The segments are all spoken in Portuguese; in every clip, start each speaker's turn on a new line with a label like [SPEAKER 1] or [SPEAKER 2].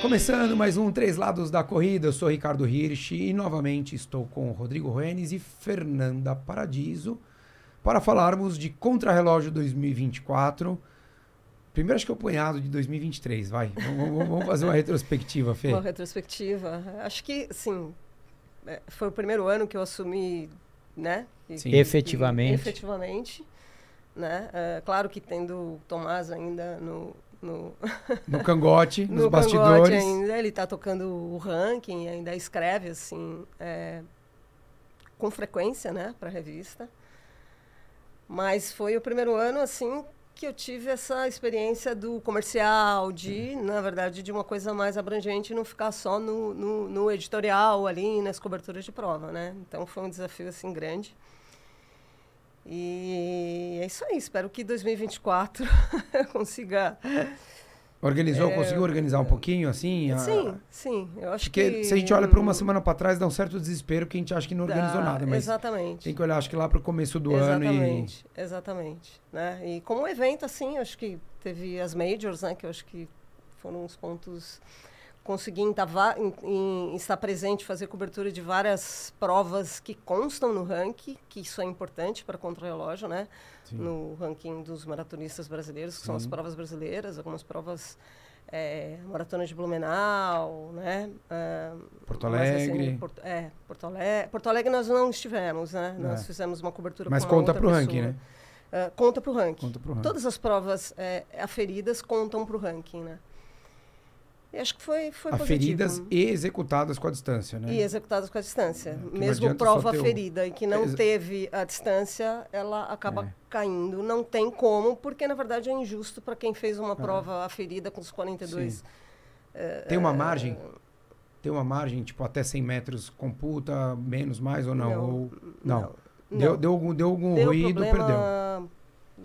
[SPEAKER 1] Começando mais um Três Lados da Corrida, eu sou Ricardo Hirsch e novamente estou com Rodrigo Ruenes e Fernanda Paradiso para falarmos de Contrarrelógio 2024. Primeiro acho que é o punhado de 2023, vai. Vamos, vamos- vamos fazer uma retrospectiva, Fê.
[SPEAKER 2] Uma retrospectiva. Acho que, sim, é, foi o primeiro ano que eu assumi, né? E-
[SPEAKER 1] Sim.
[SPEAKER 2] e-
[SPEAKER 3] Efetivamente.
[SPEAKER 2] efetivamente, né? É, claro que tendo o Tomás ainda no, no,
[SPEAKER 1] No cangote, nos
[SPEAKER 2] no cangote
[SPEAKER 1] bastidores.
[SPEAKER 2] ainda, ele tá tocando o ranking, ainda escreve, assim, é, com frequência, né? Para revista. Mas foi o primeiro ano, assim, que eu tive essa experiência do comercial, de, na verdade, de uma coisa mais abrangente, não ficar só no, no, no editorial ali, nas coberturas de prova, né? Então foi um desafio assim grande. E é isso aí, espero que 2024 eu consiga.
[SPEAKER 1] Organizou, conseguiu organizar um pouquinho, assim? a-
[SPEAKER 2] É, Sim, sim, eu acho
[SPEAKER 1] Porque
[SPEAKER 2] que
[SPEAKER 1] se a gente olha para uma semana para trás, dá um certo desespero que a gente acha que não organizou
[SPEAKER 2] Dá,
[SPEAKER 1] nada, mas
[SPEAKER 2] Exatamente.
[SPEAKER 1] tem que olhar, acho que lá para o começo do ano e
[SPEAKER 2] exatamente, Exatamente, né? E como evento, assim, eu acho que teve as majors, né? Que eu acho que foram uns pontos... Consegui em, tava- em- em estar presente, fazer cobertura de várias provas que constam no ranking, que isso é importante para contra-relógio, né? No ranking dos maratonistas brasileiros, que são as
[SPEAKER 1] Sim.
[SPEAKER 2] provas brasileiras, algumas provas... É, maratona de Blumenau, né? Ah,
[SPEAKER 1] Porto
[SPEAKER 2] mais recente,
[SPEAKER 1] Alegre.
[SPEAKER 2] Porto, é, Porto Alegre. Porto Alegre nós não estivemos, né? Nós
[SPEAKER 1] É.
[SPEAKER 2] fizemos uma cobertura
[SPEAKER 1] Mas
[SPEAKER 2] com uma
[SPEAKER 1] conta
[SPEAKER 2] outra
[SPEAKER 1] pro ranking,
[SPEAKER 2] pessoa.
[SPEAKER 1] né?
[SPEAKER 2] Ah, conta pro ranking.
[SPEAKER 1] Conta pro ranking.
[SPEAKER 2] Todas as provas é, aferidas contam pro ranking, né? E acho que foi, foi
[SPEAKER 1] aferidas
[SPEAKER 2] positivo.
[SPEAKER 1] e executadas com a distância, né? É,
[SPEAKER 2] E executadas com a distância.
[SPEAKER 1] não
[SPEAKER 2] Mesmo
[SPEAKER 1] adianta só
[SPEAKER 2] prova
[SPEAKER 1] ter o-
[SPEAKER 2] ferida e que não
[SPEAKER 1] Exa-
[SPEAKER 2] teve a distância, ela acaba
[SPEAKER 1] É.
[SPEAKER 2] caindo. Não tem como, porque na verdade é injusto para quem fez
[SPEAKER 1] É.
[SPEAKER 2] uma prova aferida com os 42
[SPEAKER 1] Sim. Tem
[SPEAKER 2] é.
[SPEAKER 1] uma margem? Tem uma margem, tipo, até 100 metros computa, menos, mais ou não?
[SPEAKER 2] Não,
[SPEAKER 1] Ou- não.
[SPEAKER 2] não.
[SPEAKER 1] Deu, deu algum, deu algum
[SPEAKER 2] Deu
[SPEAKER 1] Um ruído, perdeu.
[SPEAKER 2] problema...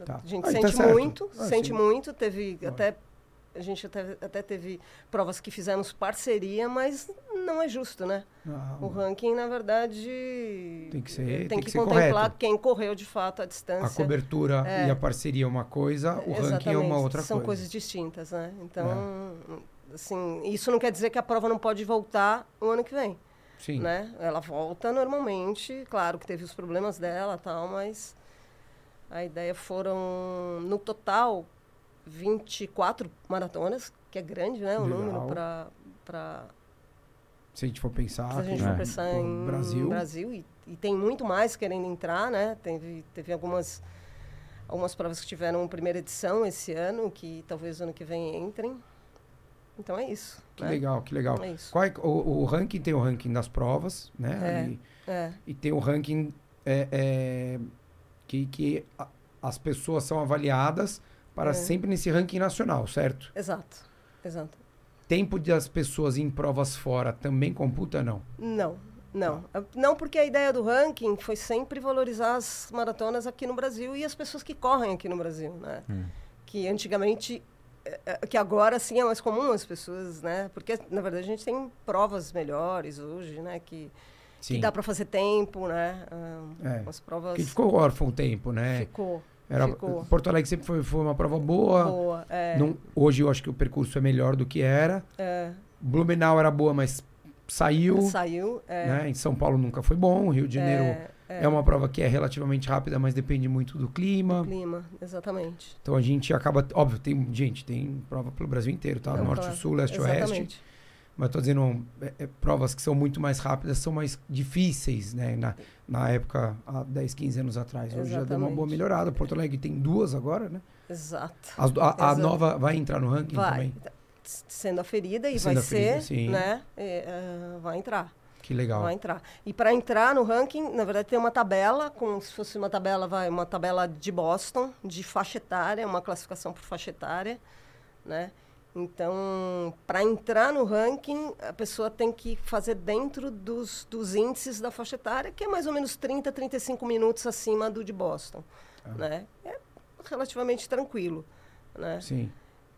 [SPEAKER 1] Tá.
[SPEAKER 2] A gente
[SPEAKER 1] Ah, e tá
[SPEAKER 2] sente
[SPEAKER 1] certo.
[SPEAKER 2] muito,
[SPEAKER 1] Ah,
[SPEAKER 2] sente
[SPEAKER 1] sim.
[SPEAKER 2] muito, teve
[SPEAKER 1] Lógico.
[SPEAKER 2] até a gente até, até teve provas que fizemos parceria, mas não é justo, né?
[SPEAKER 1] Ah,
[SPEAKER 2] O ranking, na verdade,
[SPEAKER 1] Tem que ser-
[SPEAKER 2] ele
[SPEAKER 1] tem
[SPEAKER 2] tem
[SPEAKER 1] que
[SPEAKER 2] que,
[SPEAKER 1] ser
[SPEAKER 2] contemplar
[SPEAKER 1] correto.
[SPEAKER 2] quem correu de fato a
[SPEAKER 1] a
[SPEAKER 2] distância.
[SPEAKER 1] cobertura e a parceria é uma coisa, o ranking é uma
[SPEAKER 2] Exatamente,
[SPEAKER 1] outra
[SPEAKER 2] São
[SPEAKER 1] coisa. É.
[SPEAKER 2] coisas distintas, né? Então, assim, isso não quer dizer que a prova não pode voltar o ano que vem
[SPEAKER 1] Sim.
[SPEAKER 2] né? Ela volta normalmente, claro que teve os problemas dela tal, mas a ideia foram, no total, 24 maratonas, que é grande, né? O
[SPEAKER 1] Legal.
[SPEAKER 2] número para pra,
[SPEAKER 1] Se a gente for pensar,
[SPEAKER 2] se a gente
[SPEAKER 1] pô,
[SPEAKER 2] for
[SPEAKER 3] é.
[SPEAKER 2] pensar
[SPEAKER 1] Ah, pô,
[SPEAKER 2] em
[SPEAKER 1] Brasil,
[SPEAKER 2] e, e tem muito mais querendo entrar, né? Teve, teve algumas, algumas provas que tiveram primeira edição esse ano, que talvez ano que vem entrem. Então é isso.
[SPEAKER 1] que
[SPEAKER 2] né?
[SPEAKER 1] legal, que legal.
[SPEAKER 2] É isso.
[SPEAKER 1] Qual é- o, o ranking tem o ranking das provas, né?
[SPEAKER 2] É.
[SPEAKER 1] Ali.
[SPEAKER 2] É.
[SPEAKER 1] E tem o ranking é, é, que, que a- as pessoas são avaliadas para
[SPEAKER 2] É.
[SPEAKER 1] sempre nesse ranking nacional, certo?
[SPEAKER 2] Exato. Exato.
[SPEAKER 1] Tempo das pessoas em provas fora também computa, não?
[SPEAKER 2] Não, não. Não porque a ideia do ranking foi sempre valorizar as maratonas aqui no Brasil e as pessoas que correm aqui no Brasil, né?
[SPEAKER 1] Hum.
[SPEAKER 2] Que antigamente eh, eh, que agora sim é mais comum as pessoas, né? Porque na verdade a gente tem provas melhores hoje, né, que, que
[SPEAKER 1] Sim.
[SPEAKER 2] dá para fazer tempo, né? Ah,
[SPEAKER 1] É.
[SPEAKER 2] As provas
[SPEAKER 1] Porque ficou órfão um tempo, né?
[SPEAKER 2] ficou
[SPEAKER 1] Era,
[SPEAKER 2] ficou.
[SPEAKER 1] Porto Alegre sempre foi, foi uma prova boa.
[SPEAKER 2] boa, é,
[SPEAKER 1] Não- hoje eu acho que o percurso é melhor do que era.
[SPEAKER 2] é,
[SPEAKER 1] Blumenau era boa, mas saiu.
[SPEAKER 2] saiu, é,
[SPEAKER 1] né? Em São Paulo nunca foi bom. Rio de Janeiro é,
[SPEAKER 2] é,
[SPEAKER 1] uma prova que é relativamente rápida, mas depende muito do clima.
[SPEAKER 2] clima, exatamente.
[SPEAKER 1] Então a gente acaba. Óbvio, tem gente, tem prova pelo Brasil inteiro, tá?
[SPEAKER 2] Então,
[SPEAKER 1] Norte,
[SPEAKER 2] claro.
[SPEAKER 1] sul, leste, oeste.
[SPEAKER 2] Exatamente.
[SPEAKER 1] Mas tô dizendo, é, é, provas que são muito mais rápidas, são mais difíceis, né? Na, na época, há 10, 15 anos atrás. Hoje já deu uma
[SPEAKER 2] Exatamente.
[SPEAKER 1] boa melhorada. Porto Alegre tem duas agora, né?
[SPEAKER 2] Exato.
[SPEAKER 1] As do- a, a
[SPEAKER 2] Exato.
[SPEAKER 1] nova vai entrar no ranking
[SPEAKER 2] vai
[SPEAKER 1] também?
[SPEAKER 2] tá s- sendo aferida e
[SPEAKER 1] Sendo
[SPEAKER 2] vai
[SPEAKER 1] aferida,
[SPEAKER 2] ser,
[SPEAKER 1] sim.
[SPEAKER 2] né? é, ah, vai entrar,
[SPEAKER 1] Que legal.
[SPEAKER 2] vai entrar. E para entrar no ranking, na verdade tem uma tabela, como se fosse uma tabela, vai, uma tabela de Boston, de faixa etária, uma classificação por faixa etária, né? Então, para entrar no ranking, a pessoa tem que fazer dentro dos, dos índices da faixa etária, que é mais ou menos 30, 35 minutos acima
[SPEAKER 1] Ah.
[SPEAKER 2] do de Boston, né? É relativamente tranquilo, né?
[SPEAKER 1] Sim.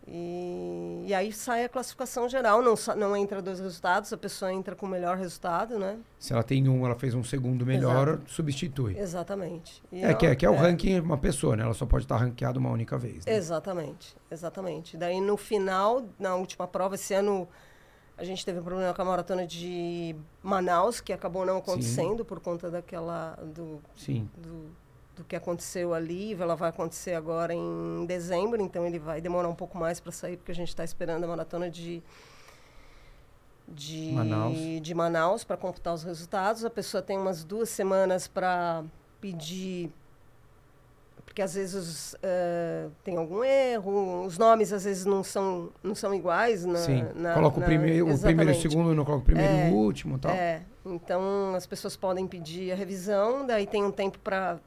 [SPEAKER 2] E, e aí sai a classificação geral, não, sa- não entra dois resultados, a pessoa entra com o melhor resultado, né?
[SPEAKER 1] Se ela tem um, ela fez um segundo melhor, substitui.
[SPEAKER 2] Exatamente. E
[SPEAKER 1] É, que é, que é o
[SPEAKER 2] é.
[SPEAKER 1] ranking de uma pessoa, né? Ela só pode estar ranqueada uma única vez. né?
[SPEAKER 2] Exatamente, exatamente. Daí no final, na última prova, esse ano a gente teve um problema com a maratona de Manaus, que acabou não acontecendo por conta daquela do,
[SPEAKER 1] Sim.
[SPEAKER 2] do, do que aconteceu ali. Ela vai acontecer agora em dezembro, então ele vai demorar um pouco mais para sair, porque a gente está esperando a maratona de. De
[SPEAKER 1] Manaus.
[SPEAKER 2] de Manaus para computar os resultados. A pessoa tem umas duas semanas para pedir. Porque às vezes eh, tem algum erro, os nomes às vezes não são, não são iguais. Na,
[SPEAKER 1] Sim.
[SPEAKER 2] na-
[SPEAKER 1] coloca o primeiro, o
[SPEAKER 2] na-
[SPEAKER 1] primeiro e o
[SPEAKER 2] Exatamente.
[SPEAKER 1] segundo, não coloca o primeiro e
[SPEAKER 2] É,
[SPEAKER 1] o último, e tal.
[SPEAKER 2] É, então as pessoas podem pedir a revisão, daí tem um tempo para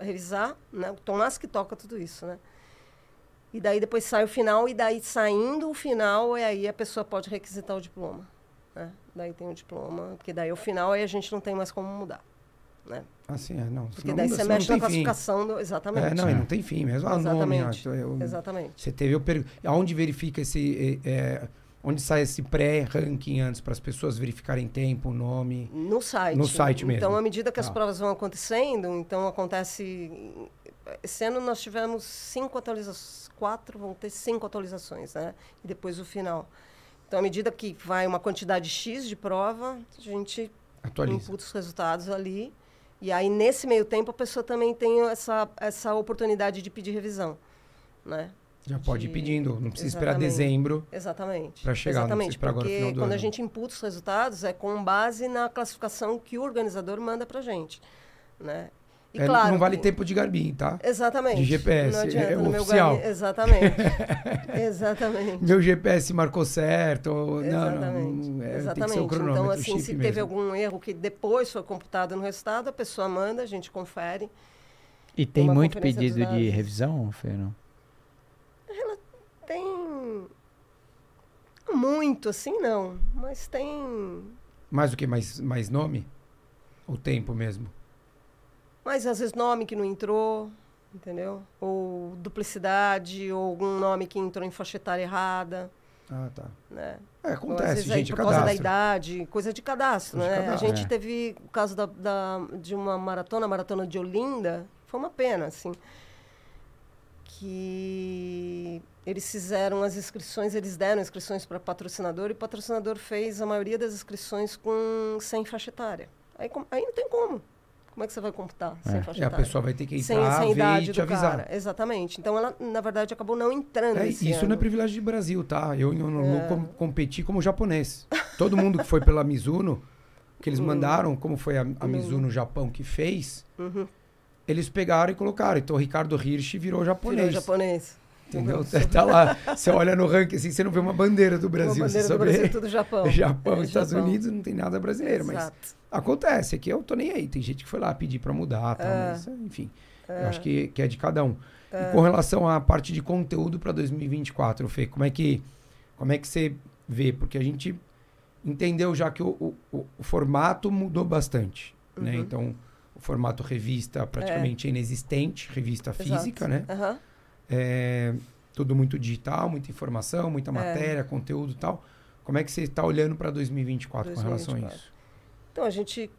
[SPEAKER 2] revisar, né? O Tomás que toca tudo isso, né? E daí depois sai o final, e daí saindo o final, é aí a pessoa pode requisitar o diploma. Né? Daí tem o diploma, porque daí o final aí a gente não tem mais como mudar.
[SPEAKER 1] Assim, é, não.
[SPEAKER 2] Porque
[SPEAKER 1] senão
[SPEAKER 2] daí
[SPEAKER 1] não,
[SPEAKER 2] você
[SPEAKER 1] senão
[SPEAKER 2] mexe na
[SPEAKER 1] não tem fim.
[SPEAKER 2] classificação do. Exatamente.
[SPEAKER 1] É, não, e não tem fim mesmo. Ah, nome, ah,
[SPEAKER 2] Exatamente.
[SPEAKER 1] então eu-
[SPEAKER 2] Exatamente.
[SPEAKER 1] Você teve, eu pergunto, aonde verifica esse, é, é, onde sai esse pré-ranking antes para as pessoas verificarem tempo, nome?
[SPEAKER 2] No site.
[SPEAKER 1] No site mesmo.
[SPEAKER 2] Então, à medida que as
[SPEAKER 1] Tá.
[SPEAKER 2] provas vão acontecendo, então acontece. Esse ano nós tivemos cinco atualizações, quatro, vão ter cinco atualizações, né? E depois o final. Então, à medida que vai uma quantidade X de prova, a gente
[SPEAKER 1] Atualiza.
[SPEAKER 2] imputa os resultados ali. E aí, nesse meio tempo, a pessoa também tem essa, essa oportunidade de pedir revisão, né?
[SPEAKER 1] Já pode ir
[SPEAKER 2] de-
[SPEAKER 1] pedindo, não precisa esperar
[SPEAKER 2] Exatamente.
[SPEAKER 1] dezembro.
[SPEAKER 2] Exatamente.
[SPEAKER 1] Pra chegar, não precisa
[SPEAKER 2] Exatamente,
[SPEAKER 1] esperar agora no
[SPEAKER 2] porque
[SPEAKER 1] final do
[SPEAKER 2] quando a
[SPEAKER 1] ano.
[SPEAKER 2] gente imputa os resultados é com base na classificação que o organizador manda pra gente, né? E
[SPEAKER 1] É,
[SPEAKER 2] claro,
[SPEAKER 1] não vale
[SPEAKER 2] que-
[SPEAKER 1] tempo de garbim, tá?
[SPEAKER 2] Exatamente.
[SPEAKER 1] de GPS,
[SPEAKER 2] não adianta,
[SPEAKER 1] é
[SPEAKER 2] no meu
[SPEAKER 1] oficial.
[SPEAKER 2] guarni- Exatamente. Exatamente.
[SPEAKER 1] Meu GPS marcou certo. ou- Não,
[SPEAKER 2] Exatamente.
[SPEAKER 1] não, é, tem que
[SPEAKER 2] Exatamente.
[SPEAKER 1] ser o cronômetro,
[SPEAKER 2] então,
[SPEAKER 1] o
[SPEAKER 2] assim,
[SPEAKER 1] chip
[SPEAKER 2] se
[SPEAKER 1] mesmo.
[SPEAKER 2] teve algum erro que depois foi computado no resultado, a pessoa manda, a gente confere.
[SPEAKER 3] E tem
[SPEAKER 2] uma
[SPEAKER 3] muito
[SPEAKER 2] conferência
[SPEAKER 3] pedido
[SPEAKER 2] dos
[SPEAKER 3] de
[SPEAKER 2] dados.
[SPEAKER 3] revisão, Fernando?
[SPEAKER 2] Tem muito, assim, não. Mas tem
[SPEAKER 1] Mais o que? Mais, mais nome? O tempo mesmo.
[SPEAKER 2] Mas às vezes nome que não entrou, entendeu? Ou duplicidade, ou algum nome que entrou em faixa etária errada,
[SPEAKER 1] Ah, tá.
[SPEAKER 2] né?
[SPEAKER 1] É,
[SPEAKER 2] Ou, às
[SPEAKER 1] acontece,
[SPEAKER 2] vezes aí
[SPEAKER 1] gente,
[SPEAKER 2] por
[SPEAKER 1] é
[SPEAKER 2] causa da
[SPEAKER 1] cadastro.
[SPEAKER 2] idade, coisa de cadastro,
[SPEAKER 1] Coisa de
[SPEAKER 2] né?
[SPEAKER 1] cadastro,
[SPEAKER 2] A gente
[SPEAKER 3] é.
[SPEAKER 2] teve o caso da, da- de uma maratona, a maratona de Olinda, foi uma pena, assim. Que eles fizeram as inscrições, eles deram inscrições para patrocinador e o patrocinador fez a maioria das inscrições com sem faixa etária. Aí, com- aí não tem como. Como é que você vai computar sem
[SPEAKER 3] É.
[SPEAKER 2] faixa
[SPEAKER 1] É, a
[SPEAKER 2] etária?
[SPEAKER 1] pessoa vai ter que
[SPEAKER 2] sem,
[SPEAKER 1] entrar,
[SPEAKER 2] sem
[SPEAKER 1] ver
[SPEAKER 2] idade
[SPEAKER 1] tá e te
[SPEAKER 2] do
[SPEAKER 1] avisar.
[SPEAKER 2] cara. Exatamente. Então ela, na verdade, acabou não entrando.
[SPEAKER 1] É,
[SPEAKER 2] esse
[SPEAKER 1] isso
[SPEAKER 2] ano.
[SPEAKER 1] não é privilégio de Brasil, tá? Eu, eu não-
[SPEAKER 2] É.
[SPEAKER 1] não com- competi como japonês. Todo mundo que foi pela Mizuno, que
[SPEAKER 2] Hum.
[SPEAKER 1] eles mandaram, como foi a, a Mizuno Japão que fez,
[SPEAKER 2] Uhum.
[SPEAKER 1] eles pegaram e colocaram. Então o Ricardo Hirsch virou japonês.
[SPEAKER 2] Virou japonês. Uhum.
[SPEAKER 1] Entendeu? tá lá, você olha no ranking assim, você não vê uma bandeira do Brasil.
[SPEAKER 2] Uma bandeira
[SPEAKER 1] você
[SPEAKER 2] do
[SPEAKER 1] só
[SPEAKER 2] Brasil,
[SPEAKER 1] vê
[SPEAKER 2] tudo Japão.
[SPEAKER 1] Japão,
[SPEAKER 2] É,
[SPEAKER 1] Estados
[SPEAKER 2] Japão.
[SPEAKER 1] Unidos, não tem nada brasileiro, mas
[SPEAKER 2] Exato.
[SPEAKER 1] Acontece, é que eu tô nem aí. Tem gente que foi lá pedir pra mudar, tal,
[SPEAKER 2] É.
[SPEAKER 1] mas, enfim. Eu acho que, que é de cada um. E com relação à parte de conteúdo pra 2024, Fê, como é que como é que você vê? Porque a gente entendeu já que o, o- o- o formato mudou bastante, né? Então, o formato revista praticamente é inexistente, revista
[SPEAKER 2] É, Exato.
[SPEAKER 1] física, né?
[SPEAKER 2] Aham.
[SPEAKER 1] É, tudo muito digital, muita informação, muita matéria, conteúdo e tal. Como é que você está olhando pra 2024 com relação a
[SPEAKER 2] 2024?
[SPEAKER 1] isso?
[SPEAKER 2] Então a gente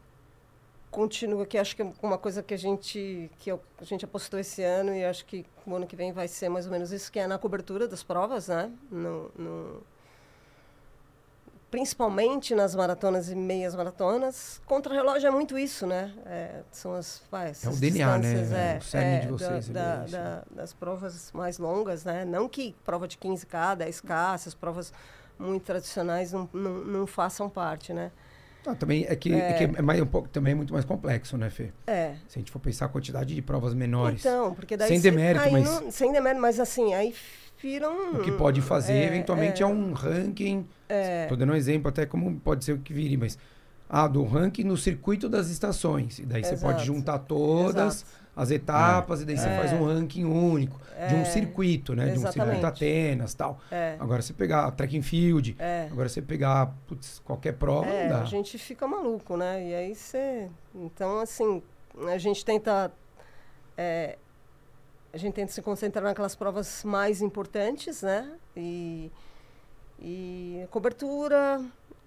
[SPEAKER 2] continua aqui. Acho que uma coisa que a gente que eu- a gente apostou esse ano e acho que o ano que vem vai ser mais ou menos isso, que é na cobertura das provas, né? No, no- principalmente nas maratonas e meias maratonas. Contra-relógio é muito isso, né? É, são as vai, essas
[SPEAKER 1] DNA, né?
[SPEAKER 2] distâncias,
[SPEAKER 1] É
[SPEAKER 2] É,
[SPEAKER 1] o cerne
[SPEAKER 2] é,
[SPEAKER 1] de vocês,
[SPEAKER 2] da- da-
[SPEAKER 1] é isso.
[SPEAKER 2] da- das provas mais longas, né? Não que prova de 15K, 10K, essas provas muito tradicionais não, não, não façam parte, né?
[SPEAKER 1] Ah, também é que é, que é mais um pouco, também é muito mais complexo, né, Fê?
[SPEAKER 2] É,
[SPEAKER 1] Se a gente for pensar a quantidade de provas menores,
[SPEAKER 2] Então, porque daí
[SPEAKER 1] Sem
[SPEAKER 2] cê-
[SPEAKER 1] demérito,
[SPEAKER 2] aí
[SPEAKER 1] mas-
[SPEAKER 2] não- sem demérito, mas assim, aí viram.
[SPEAKER 1] o que pode fazer eventualmente é, um ranking.
[SPEAKER 2] é,
[SPEAKER 1] Estou dando um exemplo até como pode ser o que vire, mas ah, do ranking no circuito das estações. E daí você pode
[SPEAKER 2] Exato.
[SPEAKER 1] juntar todas
[SPEAKER 2] Exato. É.
[SPEAKER 1] as etapas e daí você faz um ranking único de um circuito, né? De um circuito
[SPEAKER 2] Exatamente.
[SPEAKER 1] Atenas, tal.
[SPEAKER 2] É.
[SPEAKER 1] Agora você pegar a track and field, agora você pegar putz, qualquer prova,
[SPEAKER 2] É,
[SPEAKER 1] não dá.
[SPEAKER 2] a gente fica maluco, né? E aí você. Então, assim, a gente tenta é, a gente tenta se concentrar naquelas provas mais importantes, né? E, e cobertura,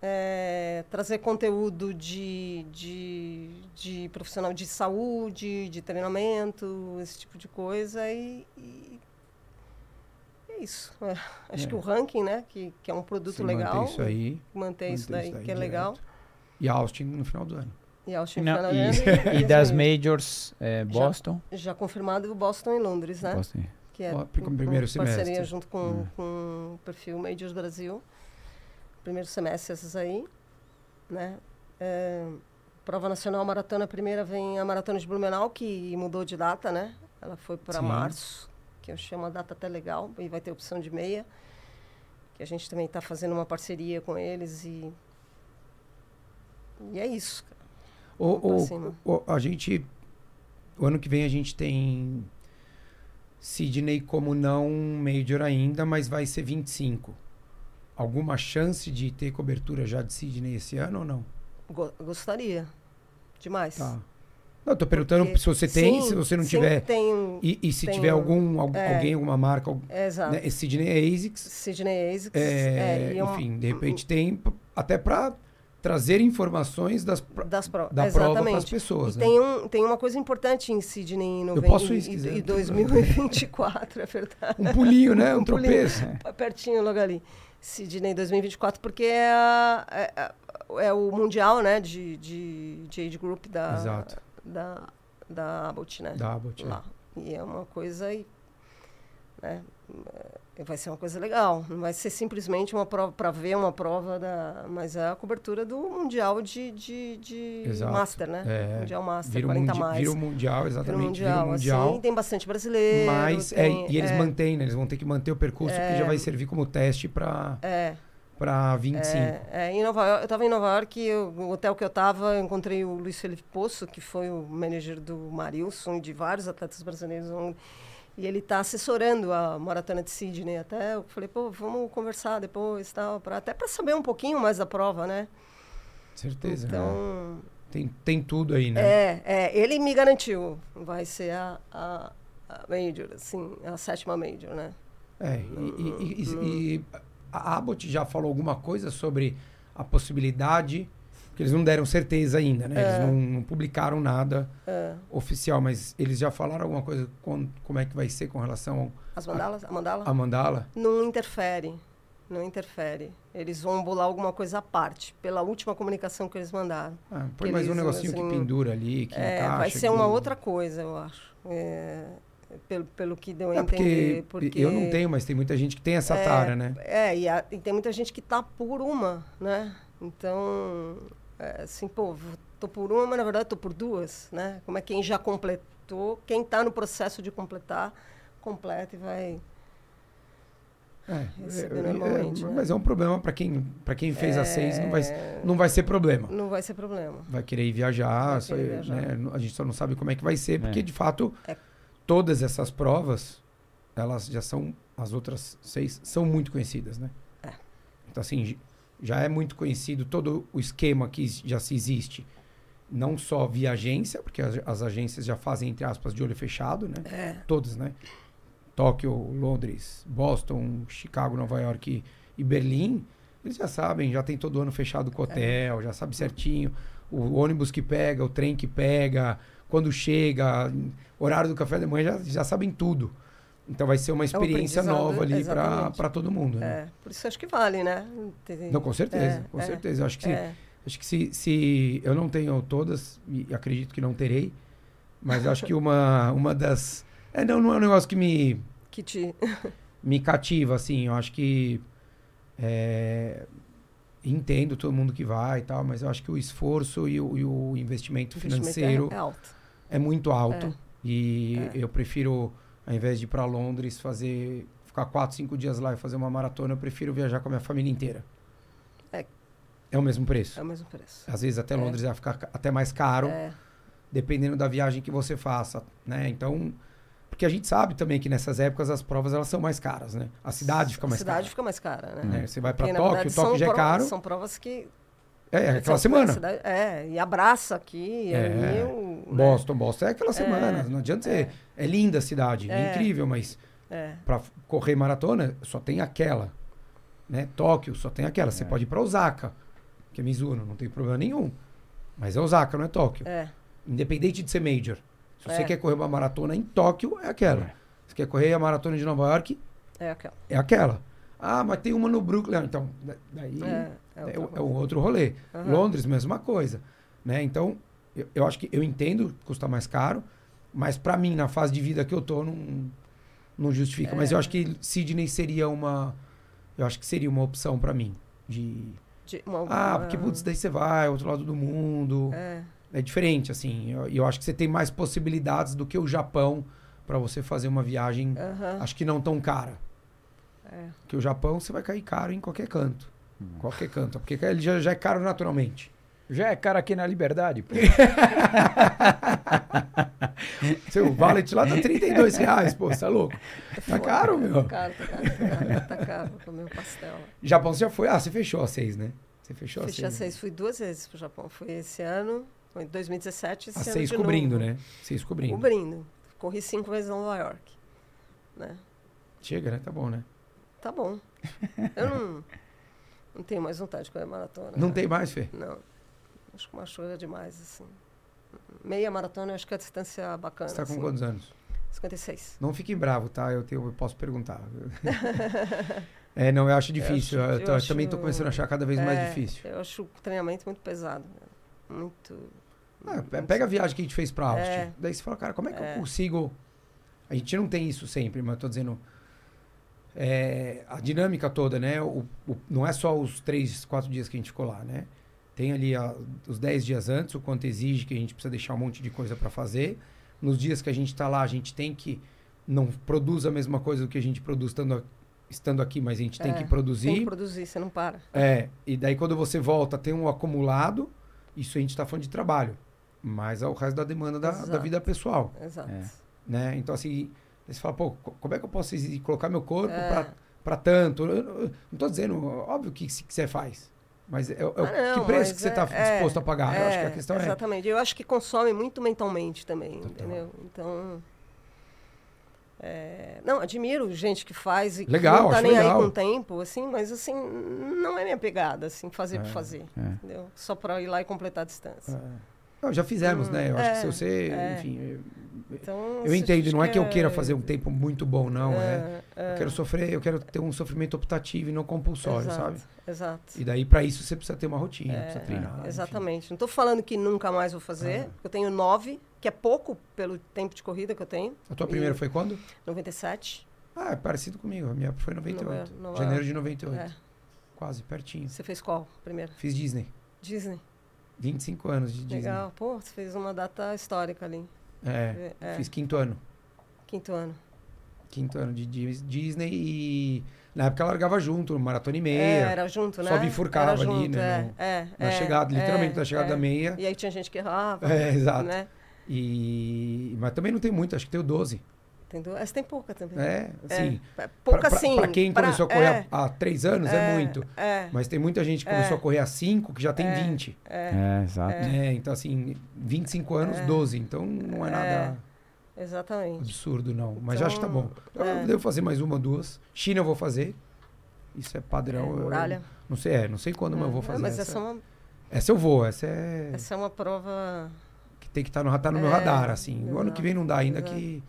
[SPEAKER 2] é, trazer conteúdo de, de, de profissional de saúde, de treinamento, esse tipo de coisa. E, e é isso. É, acho
[SPEAKER 1] É.
[SPEAKER 2] que o ranking, né? Que, que é um produto
[SPEAKER 1] Você
[SPEAKER 2] legal.
[SPEAKER 1] Mantém isso aí.
[SPEAKER 2] manter isso
[SPEAKER 1] manter
[SPEAKER 2] daí,
[SPEAKER 1] isso daí
[SPEAKER 2] que é
[SPEAKER 1] direto.
[SPEAKER 2] legal.
[SPEAKER 1] E Austin no final do ano.
[SPEAKER 2] E ao
[SPEAKER 3] Não,
[SPEAKER 2] Chifrana
[SPEAKER 3] e, e das majors, é, Boston.
[SPEAKER 2] Já confirmado o Boston e Londres, né?
[SPEAKER 3] Boston.
[SPEAKER 2] Que é
[SPEAKER 1] Ó, pri-
[SPEAKER 2] um-
[SPEAKER 1] primeiro
[SPEAKER 2] uma parceria
[SPEAKER 1] semestre. Hum.
[SPEAKER 2] junto com, com o perfil Majors Brasil. Primeiro semestre essas aí, né? É, prova nacional maratona, a primeira vem a maratona de Blumenau, que mudou de data, né? Ela foi para
[SPEAKER 1] Sim.
[SPEAKER 2] março, que eu achei uma data até legal, e vai ter opção de meia. Que a gente também está fazendo uma parceria com eles e. E é isso, cara.
[SPEAKER 1] O,
[SPEAKER 2] Vamos pra
[SPEAKER 1] o-
[SPEAKER 2] cima.
[SPEAKER 1] o- a gente. O ano que vem a gente tem Sydney como não major ainda, mas vai ser 25. Alguma chance de ter cobertura já de Sydney esse ano ou não?
[SPEAKER 2] Go- gostaria. Demais.
[SPEAKER 1] Tá. Não, eu tô perguntando
[SPEAKER 2] Porque-
[SPEAKER 1] se você tem,
[SPEAKER 2] Sim,
[SPEAKER 1] se você não
[SPEAKER 2] sim,
[SPEAKER 1] tiver.
[SPEAKER 2] Tem,
[SPEAKER 1] E, e se
[SPEAKER 2] tem-
[SPEAKER 1] tiver algum, al-
[SPEAKER 2] é.
[SPEAKER 1] alguém, alguma marca, al-
[SPEAKER 2] é, exato.
[SPEAKER 1] né? Sydney é ASICS.
[SPEAKER 2] Sidney Asics.
[SPEAKER 1] é,
[SPEAKER 2] é, e um-
[SPEAKER 1] enfim, de repente tem p- até para trazer informações das, pra-
[SPEAKER 2] das provas.
[SPEAKER 1] da prova para as
[SPEAKER 2] Exatamente.
[SPEAKER 1] pessoas.
[SPEAKER 2] e
[SPEAKER 1] né?
[SPEAKER 2] tem, um, tem uma coisa importante em Sidney em noven-
[SPEAKER 1] posso ir se
[SPEAKER 2] e,
[SPEAKER 1] quiser.
[SPEAKER 2] e 2024, é verdade.
[SPEAKER 1] Um pulinho, né? Um,
[SPEAKER 2] Um pulinho.
[SPEAKER 1] tropeço.
[SPEAKER 2] Pertinho logo ali. Sidney 2024, porque é, a- é, a- é o mundial, né, de, de, de age group da,
[SPEAKER 1] Exato.
[SPEAKER 2] da, da Abbott, né?
[SPEAKER 1] Da Abbott, é.
[SPEAKER 2] lá. E é uma coisa. e- Né? eh, Vai ser uma coisa legal. Não vai ser simplesmente uma prova para ver uma prova da. Mas é a cobertura do Mundial de, de, de
[SPEAKER 1] Exato.
[SPEAKER 2] Master, né?
[SPEAKER 1] É,
[SPEAKER 2] Mundial Master,
[SPEAKER 1] Vira o,
[SPEAKER 2] 40
[SPEAKER 1] mundi-
[SPEAKER 2] mais.
[SPEAKER 1] vira o Mundial,
[SPEAKER 2] Vira
[SPEAKER 1] exatamente.
[SPEAKER 2] o mundial, assim, tem bastante brasileiro.
[SPEAKER 1] mas, é,
[SPEAKER 2] tem-
[SPEAKER 1] e eles
[SPEAKER 2] é,
[SPEAKER 1] mantêm, né? Eles vão ter que manter o percurso que já vai servir como teste para
[SPEAKER 2] É,
[SPEAKER 1] para 25.
[SPEAKER 2] É, é, em Nova York, eu estava em Nova York, e eu- o hotel que eu estava, eu encontrei o Luiz Felipe Poço, que foi o manager do Marilson e de vários atletas brasileiros. um- e ele está assessorando a maratona de Sydney. né? Até eu falei, pô, vamos conversar depois, tal, pra, até para saber um pouquinho mais da prova, né?
[SPEAKER 1] Certeza. né?
[SPEAKER 2] Então,
[SPEAKER 1] Tem, tem tudo aí, né?
[SPEAKER 2] é, é, ele me garantiu, vai ser a, a, a major, assim, a sétima major, né?
[SPEAKER 1] É, e, e- e- e- e a Abbott já falou alguma coisa sobre a possibilidade, porque eles não deram certeza ainda, né?
[SPEAKER 2] É.
[SPEAKER 1] Eles não, não publicaram nada
[SPEAKER 2] Ah,
[SPEAKER 1] oficial, mas eles já falaram alguma coisa com, como é que vai ser com relação
[SPEAKER 2] As mandalas, a mandala?
[SPEAKER 1] a mandala?
[SPEAKER 2] Não interfere, não interfere. Eles vão bolar alguma coisa à parte, pela última comunicação que eles mandaram.
[SPEAKER 1] Ah, põe
[SPEAKER 2] Que
[SPEAKER 1] mais um
[SPEAKER 2] eles,
[SPEAKER 1] negocinho que
[SPEAKER 2] assim,
[SPEAKER 1] pendura ali, que
[SPEAKER 2] É,
[SPEAKER 1] encaixa.
[SPEAKER 2] vai ser
[SPEAKER 1] que-
[SPEAKER 2] uma outra coisa, eu acho. É, pelo, pelo que deu a
[SPEAKER 1] É, porque,
[SPEAKER 2] entender. Porque,
[SPEAKER 1] eu não tenho, mas tem muita gente que tem essa
[SPEAKER 2] É,
[SPEAKER 1] tara, né?
[SPEAKER 2] É, e, a- e tem muita gente que tá por uma, né? Então, é, assim, pô, v- tô por uma, mas na verdade tô por duas, né? Como é quem já completou, quem tá no processo de completar, completa e vai.
[SPEAKER 1] É,
[SPEAKER 2] Receber
[SPEAKER 1] é, é,
[SPEAKER 2] normalmente, né?
[SPEAKER 1] Mas é um problema para quem, pra quem fez a seis, não vai,
[SPEAKER 2] É,
[SPEAKER 1] não vai ser problema.
[SPEAKER 2] não vai ser problema.
[SPEAKER 1] vai querer ir viajar,
[SPEAKER 2] Vai
[SPEAKER 1] só-
[SPEAKER 2] querer viajar.
[SPEAKER 1] né, a gente só não sabe como é que vai ser, porque
[SPEAKER 3] É.
[SPEAKER 1] de fato
[SPEAKER 2] É.
[SPEAKER 1] todas essas provas, elas já são as outras seis são muito conhecidas, né?
[SPEAKER 2] É.
[SPEAKER 1] Então assim, j- já é muito conhecido todo o esquema que is- já se existe. Não só via agência, porque as, as agências já fazem entre aspas de olho fechado, né?
[SPEAKER 2] É.
[SPEAKER 1] Todas, né? Tóquio, Londres, Boston, Chicago, Nova York e, e Berlim, eles já sabem, já tem todo ano fechado com o hotel, já sabe certinho o ônibus que pega, o trem que pega, quando chega, horário do café da manhã, já, já sabem tudo. Então vai ser uma experiência
[SPEAKER 2] É aprendizado,
[SPEAKER 1] nova ali
[SPEAKER 2] exatamente.
[SPEAKER 1] para todo mundo. Né?
[SPEAKER 2] É, por isso acho que vale, né? Ter-
[SPEAKER 1] Não, com certeza,
[SPEAKER 2] É,
[SPEAKER 1] com
[SPEAKER 2] é,
[SPEAKER 1] certeza. Eu Acho que, se,
[SPEAKER 2] é.
[SPEAKER 1] acho que se, se eu não tenho todas, e acredito que não terei, mas acho que uma, uma das. É, não, não é um negócio que me,
[SPEAKER 2] que te.
[SPEAKER 1] me cativa, assim. Eu acho que. é, entendo todo mundo que vai e tal, mas eu acho que o esforço e o, e o investimento
[SPEAKER 2] o investimento
[SPEAKER 1] financeiro
[SPEAKER 2] É, é alto.
[SPEAKER 1] é muito alto.
[SPEAKER 2] É.
[SPEAKER 1] E
[SPEAKER 2] É.
[SPEAKER 1] eu prefiro, ao invés de ir para Londres, fazer ficar quatro, cinco dias lá e fazer uma maratona, eu prefiro viajar com a minha família inteira.
[SPEAKER 2] É.
[SPEAKER 1] É o mesmo preço.
[SPEAKER 2] É o mesmo preço.
[SPEAKER 1] Às vezes até
[SPEAKER 2] É.
[SPEAKER 1] Londres vai ficar ca- até mais caro,
[SPEAKER 2] É,
[SPEAKER 1] dependendo da viagem que você faça, né? Então, porque a gente sabe também que nessas épocas as provas elas são mais caras, né? A cidade fica
[SPEAKER 2] a
[SPEAKER 1] mais
[SPEAKER 2] cidade
[SPEAKER 1] cara.
[SPEAKER 2] fica mais cara, né?
[SPEAKER 1] né? Você vai para
[SPEAKER 2] Porque, na
[SPEAKER 1] Tóquio,
[SPEAKER 2] verdade,
[SPEAKER 1] Tóquio
[SPEAKER 2] são
[SPEAKER 1] já é
[SPEAKER 2] provas-
[SPEAKER 1] caro.
[SPEAKER 2] São provas que
[SPEAKER 1] É, é
[SPEAKER 2] São
[SPEAKER 1] aquela
[SPEAKER 2] Paulo,
[SPEAKER 1] semana.
[SPEAKER 2] cidade- é, e abraça aqui, é,
[SPEAKER 1] É.
[SPEAKER 2] Rio. né?
[SPEAKER 1] Boston, Boston é aquela semana. Não adianta ser. É linda a cidade, é
[SPEAKER 2] É.
[SPEAKER 1] incrível, mas
[SPEAKER 2] É,
[SPEAKER 1] para correr maratona só tem aquela. Né? Tóquio só tem aquela. Você
[SPEAKER 3] É.
[SPEAKER 1] pode ir para Osaka, que é Mizuno, não tem problema nenhum. Mas é Osaka, não é Tóquio.
[SPEAKER 2] é,
[SPEAKER 1] Independente de ser major. Se você
[SPEAKER 2] É.
[SPEAKER 1] quer correr uma maratona em Tóquio, é aquela.
[SPEAKER 3] É.
[SPEAKER 1] Se quer correr a maratona de Nova York,
[SPEAKER 2] é aquela.
[SPEAKER 1] é aquela. Ah, mas tem uma no Brooklyn. Ah, Então, da- daí
[SPEAKER 2] É, é
[SPEAKER 1] é,
[SPEAKER 2] outra
[SPEAKER 1] o- é
[SPEAKER 2] coisa.
[SPEAKER 1] um outro rolê.
[SPEAKER 2] Aham.
[SPEAKER 1] Londres, mesma coisa. Né? Então, eu, eu acho que eu entendo que custa mais caro, mas para mim, na fase de vida que eu tô, não, não justifica. Mas
[SPEAKER 2] É.
[SPEAKER 1] eu acho que Sydney seria uma. Eu acho que seria uma opção para mim. De.
[SPEAKER 2] De uma-
[SPEAKER 1] Ah,
[SPEAKER 2] uma-
[SPEAKER 1] porque putz, daí você vai, outro lado do mundo.
[SPEAKER 2] É,
[SPEAKER 1] É diferente, assim. E eu, eu acho que você tem mais possibilidades do que o Japão para você fazer uma viagem,
[SPEAKER 2] aham,
[SPEAKER 1] acho que não tão cara.
[SPEAKER 2] é.
[SPEAKER 1] Porque o Japão você vai cair caro em qualquer canto. Qualquer canto. Porque ele já, já é caro naturalmente.
[SPEAKER 3] Já é cara aqui na Liberdade, pô.
[SPEAKER 1] Seu wallet lá tá 32 reais, pô, você é louco. Tá caro, meu.
[SPEAKER 2] Tá caro, tá caro, tá caro, tá caro pra comer um pastel.
[SPEAKER 1] Japão você já foi. Ah, você fechou a seis, né? Você fechou a
[SPEAKER 2] Fechei a
[SPEAKER 1] seis. né?
[SPEAKER 2] seis, fui duas vezes pro Japão. Fui esse ano, foi em 2017, esse
[SPEAKER 1] A
[SPEAKER 2] ano
[SPEAKER 1] seis
[SPEAKER 2] de
[SPEAKER 1] cobrindo,
[SPEAKER 2] novo.
[SPEAKER 1] né? Seis cobrindo.
[SPEAKER 2] Cobrindo. Corri cinco vezes em Nova York. Né?
[SPEAKER 1] Chega, né? Tá bom, né?
[SPEAKER 2] Tá bom. Eu não, não tenho mais vontade de correr maratona.
[SPEAKER 1] Não
[SPEAKER 2] né?
[SPEAKER 1] tem mais, Fê.
[SPEAKER 2] Não. Acho que uma chuva é demais, assim. Meia maratona, eu acho que é a distância bacana.
[SPEAKER 1] Você tá com
[SPEAKER 2] assim.
[SPEAKER 1] quantos anos?
[SPEAKER 2] 56.
[SPEAKER 1] Não fiquem bravo, tá? Eu, tenho, eu posso perguntar. é, não, eu acho difícil. Eu,
[SPEAKER 2] acho-
[SPEAKER 1] tô-
[SPEAKER 2] eu
[SPEAKER 1] eu também tô
[SPEAKER 2] acho-
[SPEAKER 1] começando a achar cada vez mais
[SPEAKER 2] É,
[SPEAKER 1] difícil.
[SPEAKER 2] Eu acho o treinamento muito pesado. né? Muito.
[SPEAKER 1] Ah, pe- pega a viagem que a gente fez pra Austin.
[SPEAKER 2] É.
[SPEAKER 1] Daí você fala, cara, como é que
[SPEAKER 2] É.
[SPEAKER 1] eu consigo. A gente não tem isso sempre, mas eu tô dizendo. é, a dinâmica toda, né? O- o- não é só os três, quatro dias que a gente ficou lá, né? Tem ali a- os dez dias antes, o quanto exige que a gente precisa deixar um monte de coisa pra fazer. Nos dias que a gente tá lá, a gente tem que. Não produz a mesma coisa do que a gente produz estando, a- estando aqui, mas a gente tem
[SPEAKER 2] É,
[SPEAKER 1] que
[SPEAKER 2] Tem que
[SPEAKER 1] produzir.
[SPEAKER 2] produzir, você não para.
[SPEAKER 1] É, e daí quando você volta, tem um acumulado, isso a gente está falando de trabalho, mas é o resto da demanda da, da
[SPEAKER 2] Exato.
[SPEAKER 1] vida pessoal,
[SPEAKER 2] Exato.
[SPEAKER 3] É.
[SPEAKER 1] né? Então, assim, aí você fala, pô, co- como é que eu posso exi- colocar meu corpo
[SPEAKER 2] É.
[SPEAKER 1] pra para tanto? Eu, eu- eu não tô dizendo, óbvio que se você faz, mas é, é o-
[SPEAKER 2] Ah,
[SPEAKER 1] que
[SPEAKER 2] não,
[SPEAKER 1] preço
[SPEAKER 2] mas
[SPEAKER 1] que você
[SPEAKER 2] é-
[SPEAKER 1] está
[SPEAKER 2] é,
[SPEAKER 1] disposto a pagar? eu acho que a questão é,
[SPEAKER 2] Exatamente. Eu acho que consome muito mentalmente também,
[SPEAKER 1] Total.
[SPEAKER 2] entendeu? Então. é, Não, admiro gente que faz e
[SPEAKER 1] Legal,
[SPEAKER 2] que não tá
[SPEAKER 1] acho
[SPEAKER 2] nem
[SPEAKER 1] legal.
[SPEAKER 2] aí com o tempo, assim, mas assim, não é minha pegada, assim, fazer por
[SPEAKER 1] É,
[SPEAKER 2] fazer.
[SPEAKER 3] é.
[SPEAKER 2] Entendeu? Só pra ir lá e completar a distância.
[SPEAKER 1] é. Não, já fizemos,
[SPEAKER 2] Hum,
[SPEAKER 1] né? Eu acho que se
[SPEAKER 2] é,
[SPEAKER 1] você,
[SPEAKER 2] é.
[SPEAKER 1] enfim, eu-
[SPEAKER 2] Então,
[SPEAKER 1] eu,
[SPEAKER 2] se
[SPEAKER 1] entendo, não é que eu queira
[SPEAKER 2] quer-
[SPEAKER 1] fazer um tempo muito bom, não, é.
[SPEAKER 2] é,
[SPEAKER 1] Eu quero sofrer, eu quero ter um sofrimento optativo e não compulsório,
[SPEAKER 2] exato,
[SPEAKER 1] sabe?
[SPEAKER 2] Exato.
[SPEAKER 1] E daí, pra isso, você precisa ter uma rotina,
[SPEAKER 2] É,
[SPEAKER 1] precisa treinar. enfim.
[SPEAKER 2] Exatamente. Não estou falando que nunca mais vou fazer.
[SPEAKER 1] Ah.
[SPEAKER 2] Eu tenho nove, que é pouco pelo tempo de corrida que eu tenho.
[SPEAKER 1] A tua primeira
[SPEAKER 2] E-
[SPEAKER 1] foi quando?
[SPEAKER 2] 97.
[SPEAKER 1] Ah, é parecido comigo. A minha foi em 98.
[SPEAKER 2] Nova- Nova-
[SPEAKER 1] Janeiro de 98.
[SPEAKER 2] É.
[SPEAKER 1] Quase, pertinho.
[SPEAKER 2] Você fez qual primeiro?
[SPEAKER 1] Fiz Disney.
[SPEAKER 2] Disney.
[SPEAKER 1] 25 anos de Disney.
[SPEAKER 2] Legal. Pô, você fez uma data histórica ali.
[SPEAKER 1] É,
[SPEAKER 2] É, é,
[SPEAKER 1] Fiz quinto ano.
[SPEAKER 2] Quinto ano.
[SPEAKER 1] Quinto ano de Dis- Disney e... Na época, eu largava junto, maratona e
[SPEAKER 2] É,
[SPEAKER 1] meia.
[SPEAKER 2] era junto, né?
[SPEAKER 1] Só bifurcava
[SPEAKER 2] Era
[SPEAKER 1] ali,
[SPEAKER 2] junto,
[SPEAKER 1] né,
[SPEAKER 2] é,
[SPEAKER 1] no-
[SPEAKER 2] é,
[SPEAKER 1] na
[SPEAKER 2] é,
[SPEAKER 1] chegada,
[SPEAKER 2] é,
[SPEAKER 1] literalmente na chegada
[SPEAKER 2] é.
[SPEAKER 1] da meia.
[SPEAKER 2] E aí tinha gente que errava.
[SPEAKER 1] É, exato.
[SPEAKER 2] Né?
[SPEAKER 1] E... Mas também não tem muito, acho que tenho 12.
[SPEAKER 2] Entendeu? Essa tem pouca também.
[SPEAKER 1] É, assim...
[SPEAKER 2] É, Pouca
[SPEAKER 1] pra, pra-
[SPEAKER 2] sim.
[SPEAKER 1] Pra quem começou a correr há há 3 anos, é, muito.
[SPEAKER 2] É,
[SPEAKER 1] Mas tem muita gente que
[SPEAKER 2] É.
[SPEAKER 1] começou a correr há 5 que já tem
[SPEAKER 2] É.
[SPEAKER 1] 20.
[SPEAKER 2] é,
[SPEAKER 3] É, exato.
[SPEAKER 1] É, então assim, 25 anos,
[SPEAKER 2] É.
[SPEAKER 1] 12. Então não é,
[SPEAKER 2] É.
[SPEAKER 1] nada
[SPEAKER 2] exatamente.
[SPEAKER 1] absurdo, não. Mas
[SPEAKER 2] Então,
[SPEAKER 1] acho que tá bom. Eu
[SPEAKER 2] é.
[SPEAKER 1] devo fazer mais uma, duas. China eu vou fazer. Isso é padrão. eu- eu
[SPEAKER 2] muralha.
[SPEAKER 1] não sei, é, não sei quando, mas eu vou
[SPEAKER 2] É,
[SPEAKER 1] fazer.
[SPEAKER 2] mas
[SPEAKER 1] essa.
[SPEAKER 2] essa é uma,
[SPEAKER 1] Essa eu vou, essa é.
[SPEAKER 2] essa é uma prova.
[SPEAKER 1] Que tem que estar no, ra- tá no meu
[SPEAKER 2] É,
[SPEAKER 1] radar, assim. O ano que
[SPEAKER 2] exato,
[SPEAKER 1] vem não dá ainda
[SPEAKER 2] exato.
[SPEAKER 1] que.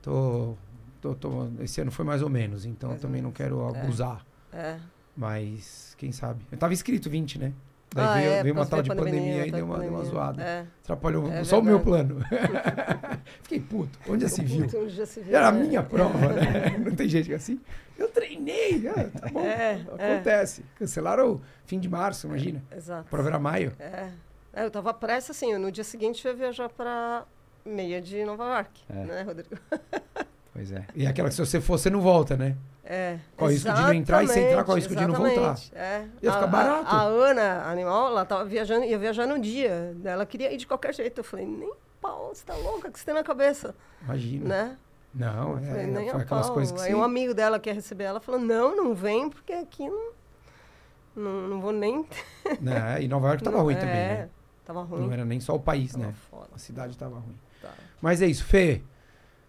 [SPEAKER 1] Tô, tô, tô- Esse ano foi mais ou menos, então
[SPEAKER 2] Mais ou
[SPEAKER 1] também não
[SPEAKER 2] menos,
[SPEAKER 1] quero
[SPEAKER 2] é.
[SPEAKER 1] abusar.
[SPEAKER 2] É.
[SPEAKER 1] Mas, quem sabe? Eu tava inscrito 20, né? Daí
[SPEAKER 2] Ah,
[SPEAKER 1] veio,
[SPEAKER 2] é,
[SPEAKER 1] veio
[SPEAKER 2] por
[SPEAKER 1] uma
[SPEAKER 2] causa
[SPEAKER 1] tal
[SPEAKER 2] da
[SPEAKER 1] de pandemia e deu
[SPEAKER 2] tal de
[SPEAKER 1] uma, deu uma
[SPEAKER 2] pandemia.
[SPEAKER 1] zoada.
[SPEAKER 2] É.
[SPEAKER 1] Atrapalhou
[SPEAKER 2] É
[SPEAKER 1] só o meu
[SPEAKER 2] verdade.
[SPEAKER 1] plano. Fiquei puto. Onde já se viu?
[SPEAKER 2] Puta, onde já Um se viu,
[SPEAKER 1] Era a
[SPEAKER 2] né?
[SPEAKER 1] minha prova, né? Não tem jeito que é assim. Eu treinei. Ah, tá bom.
[SPEAKER 2] É, é.
[SPEAKER 1] Acontece. Cancelaram o fim de março, imagina.
[SPEAKER 2] Exato.
[SPEAKER 1] A prova era maio.
[SPEAKER 2] É. É, eu tava pressa, assim, eu- no dia seguinte eu ia viajar pra meia de Nova York,
[SPEAKER 3] É.
[SPEAKER 2] né, Rodrigo?
[SPEAKER 3] Pois é.
[SPEAKER 1] E aquela que se você for, você não volta, né?
[SPEAKER 2] É.
[SPEAKER 1] Corre risco de não entrar, e se entrar, corre risco de não voltar.
[SPEAKER 2] exatamente, É.
[SPEAKER 1] Ia ficar
[SPEAKER 2] A- a-
[SPEAKER 1] barato.
[SPEAKER 2] A, Ana, animal, ela tava viajando, ia viajar no dia. né? Ela queria ir de qualquer jeito. Eu falei, nem pau, você tá louca, o que você tem na cabeça,
[SPEAKER 1] Imagina.
[SPEAKER 2] né?
[SPEAKER 1] Não, é,
[SPEAKER 2] Falei, nem
[SPEAKER 1] foi
[SPEAKER 2] a
[SPEAKER 1] aquelas
[SPEAKER 2] pau.
[SPEAKER 1] coisas que
[SPEAKER 2] Aí
[SPEAKER 1] você...
[SPEAKER 2] um amigo dela que ia receber ela falou, não, não vem, porque aqui não, Não, não vou nem.
[SPEAKER 1] Né? E Nova York tava
[SPEAKER 2] não-
[SPEAKER 1] ruim
[SPEAKER 2] é,
[SPEAKER 1] também, né?
[SPEAKER 2] Tava
[SPEAKER 1] Não
[SPEAKER 2] ruim.
[SPEAKER 1] era nem só o país,
[SPEAKER 2] tava
[SPEAKER 1] né?
[SPEAKER 2] foda.
[SPEAKER 1] A cidade tava ruim.
[SPEAKER 2] Tá.
[SPEAKER 1] Mas é isso, Fê.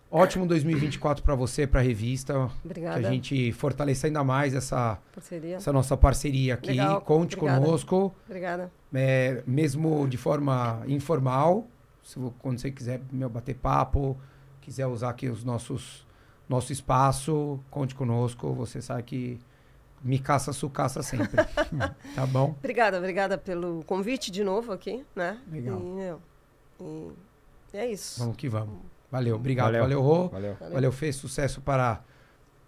[SPEAKER 1] Ótimo 2024 para você, para a revista.
[SPEAKER 2] Obrigada
[SPEAKER 1] Que a gente fortaleça ainda mais essa,
[SPEAKER 2] por seria.
[SPEAKER 1] essa nossa parceria aqui.
[SPEAKER 2] Legal,
[SPEAKER 1] Conte
[SPEAKER 2] obrigada.
[SPEAKER 1] conosco,
[SPEAKER 2] Obrigada.
[SPEAKER 1] é, mesmo de forma informal. Se, vo- quando você quiser meu, bater papo, quiser usar aqui os nossos nosso espaço, conte conosco. Você sabe que me caça, sucaça sempre. tá bom?
[SPEAKER 2] Obrigada, obrigada pelo convite de novo aqui, né?
[SPEAKER 1] Legal.
[SPEAKER 2] E, meu, e- e é isso.
[SPEAKER 1] Vamos que vamos. Valeu, obrigado. Valeu,
[SPEAKER 3] Valeu.
[SPEAKER 1] Rô.
[SPEAKER 3] Valeu.
[SPEAKER 2] Valeu.
[SPEAKER 1] Valeu, Fê. Sucesso para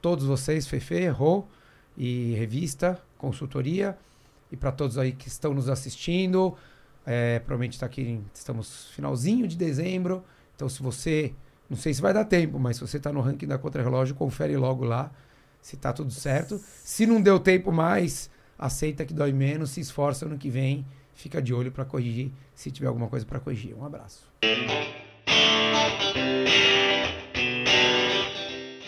[SPEAKER 1] todos vocês, Fefe, Rô e revista, consultoria. E para todos aí que estão nos assistindo. É, provavelmente está aqui, em- estamos finalzinho de dezembro. Então, se você, não sei se vai dar tempo, mas se você está no ranking da Contra-Relógio, confere logo lá se está tudo certo. Se não deu tempo mais, aceita que dói menos, se esforça ano que vem. Fica de olho para corrigir, se tiver alguma coisa para corrigir. Um abraço.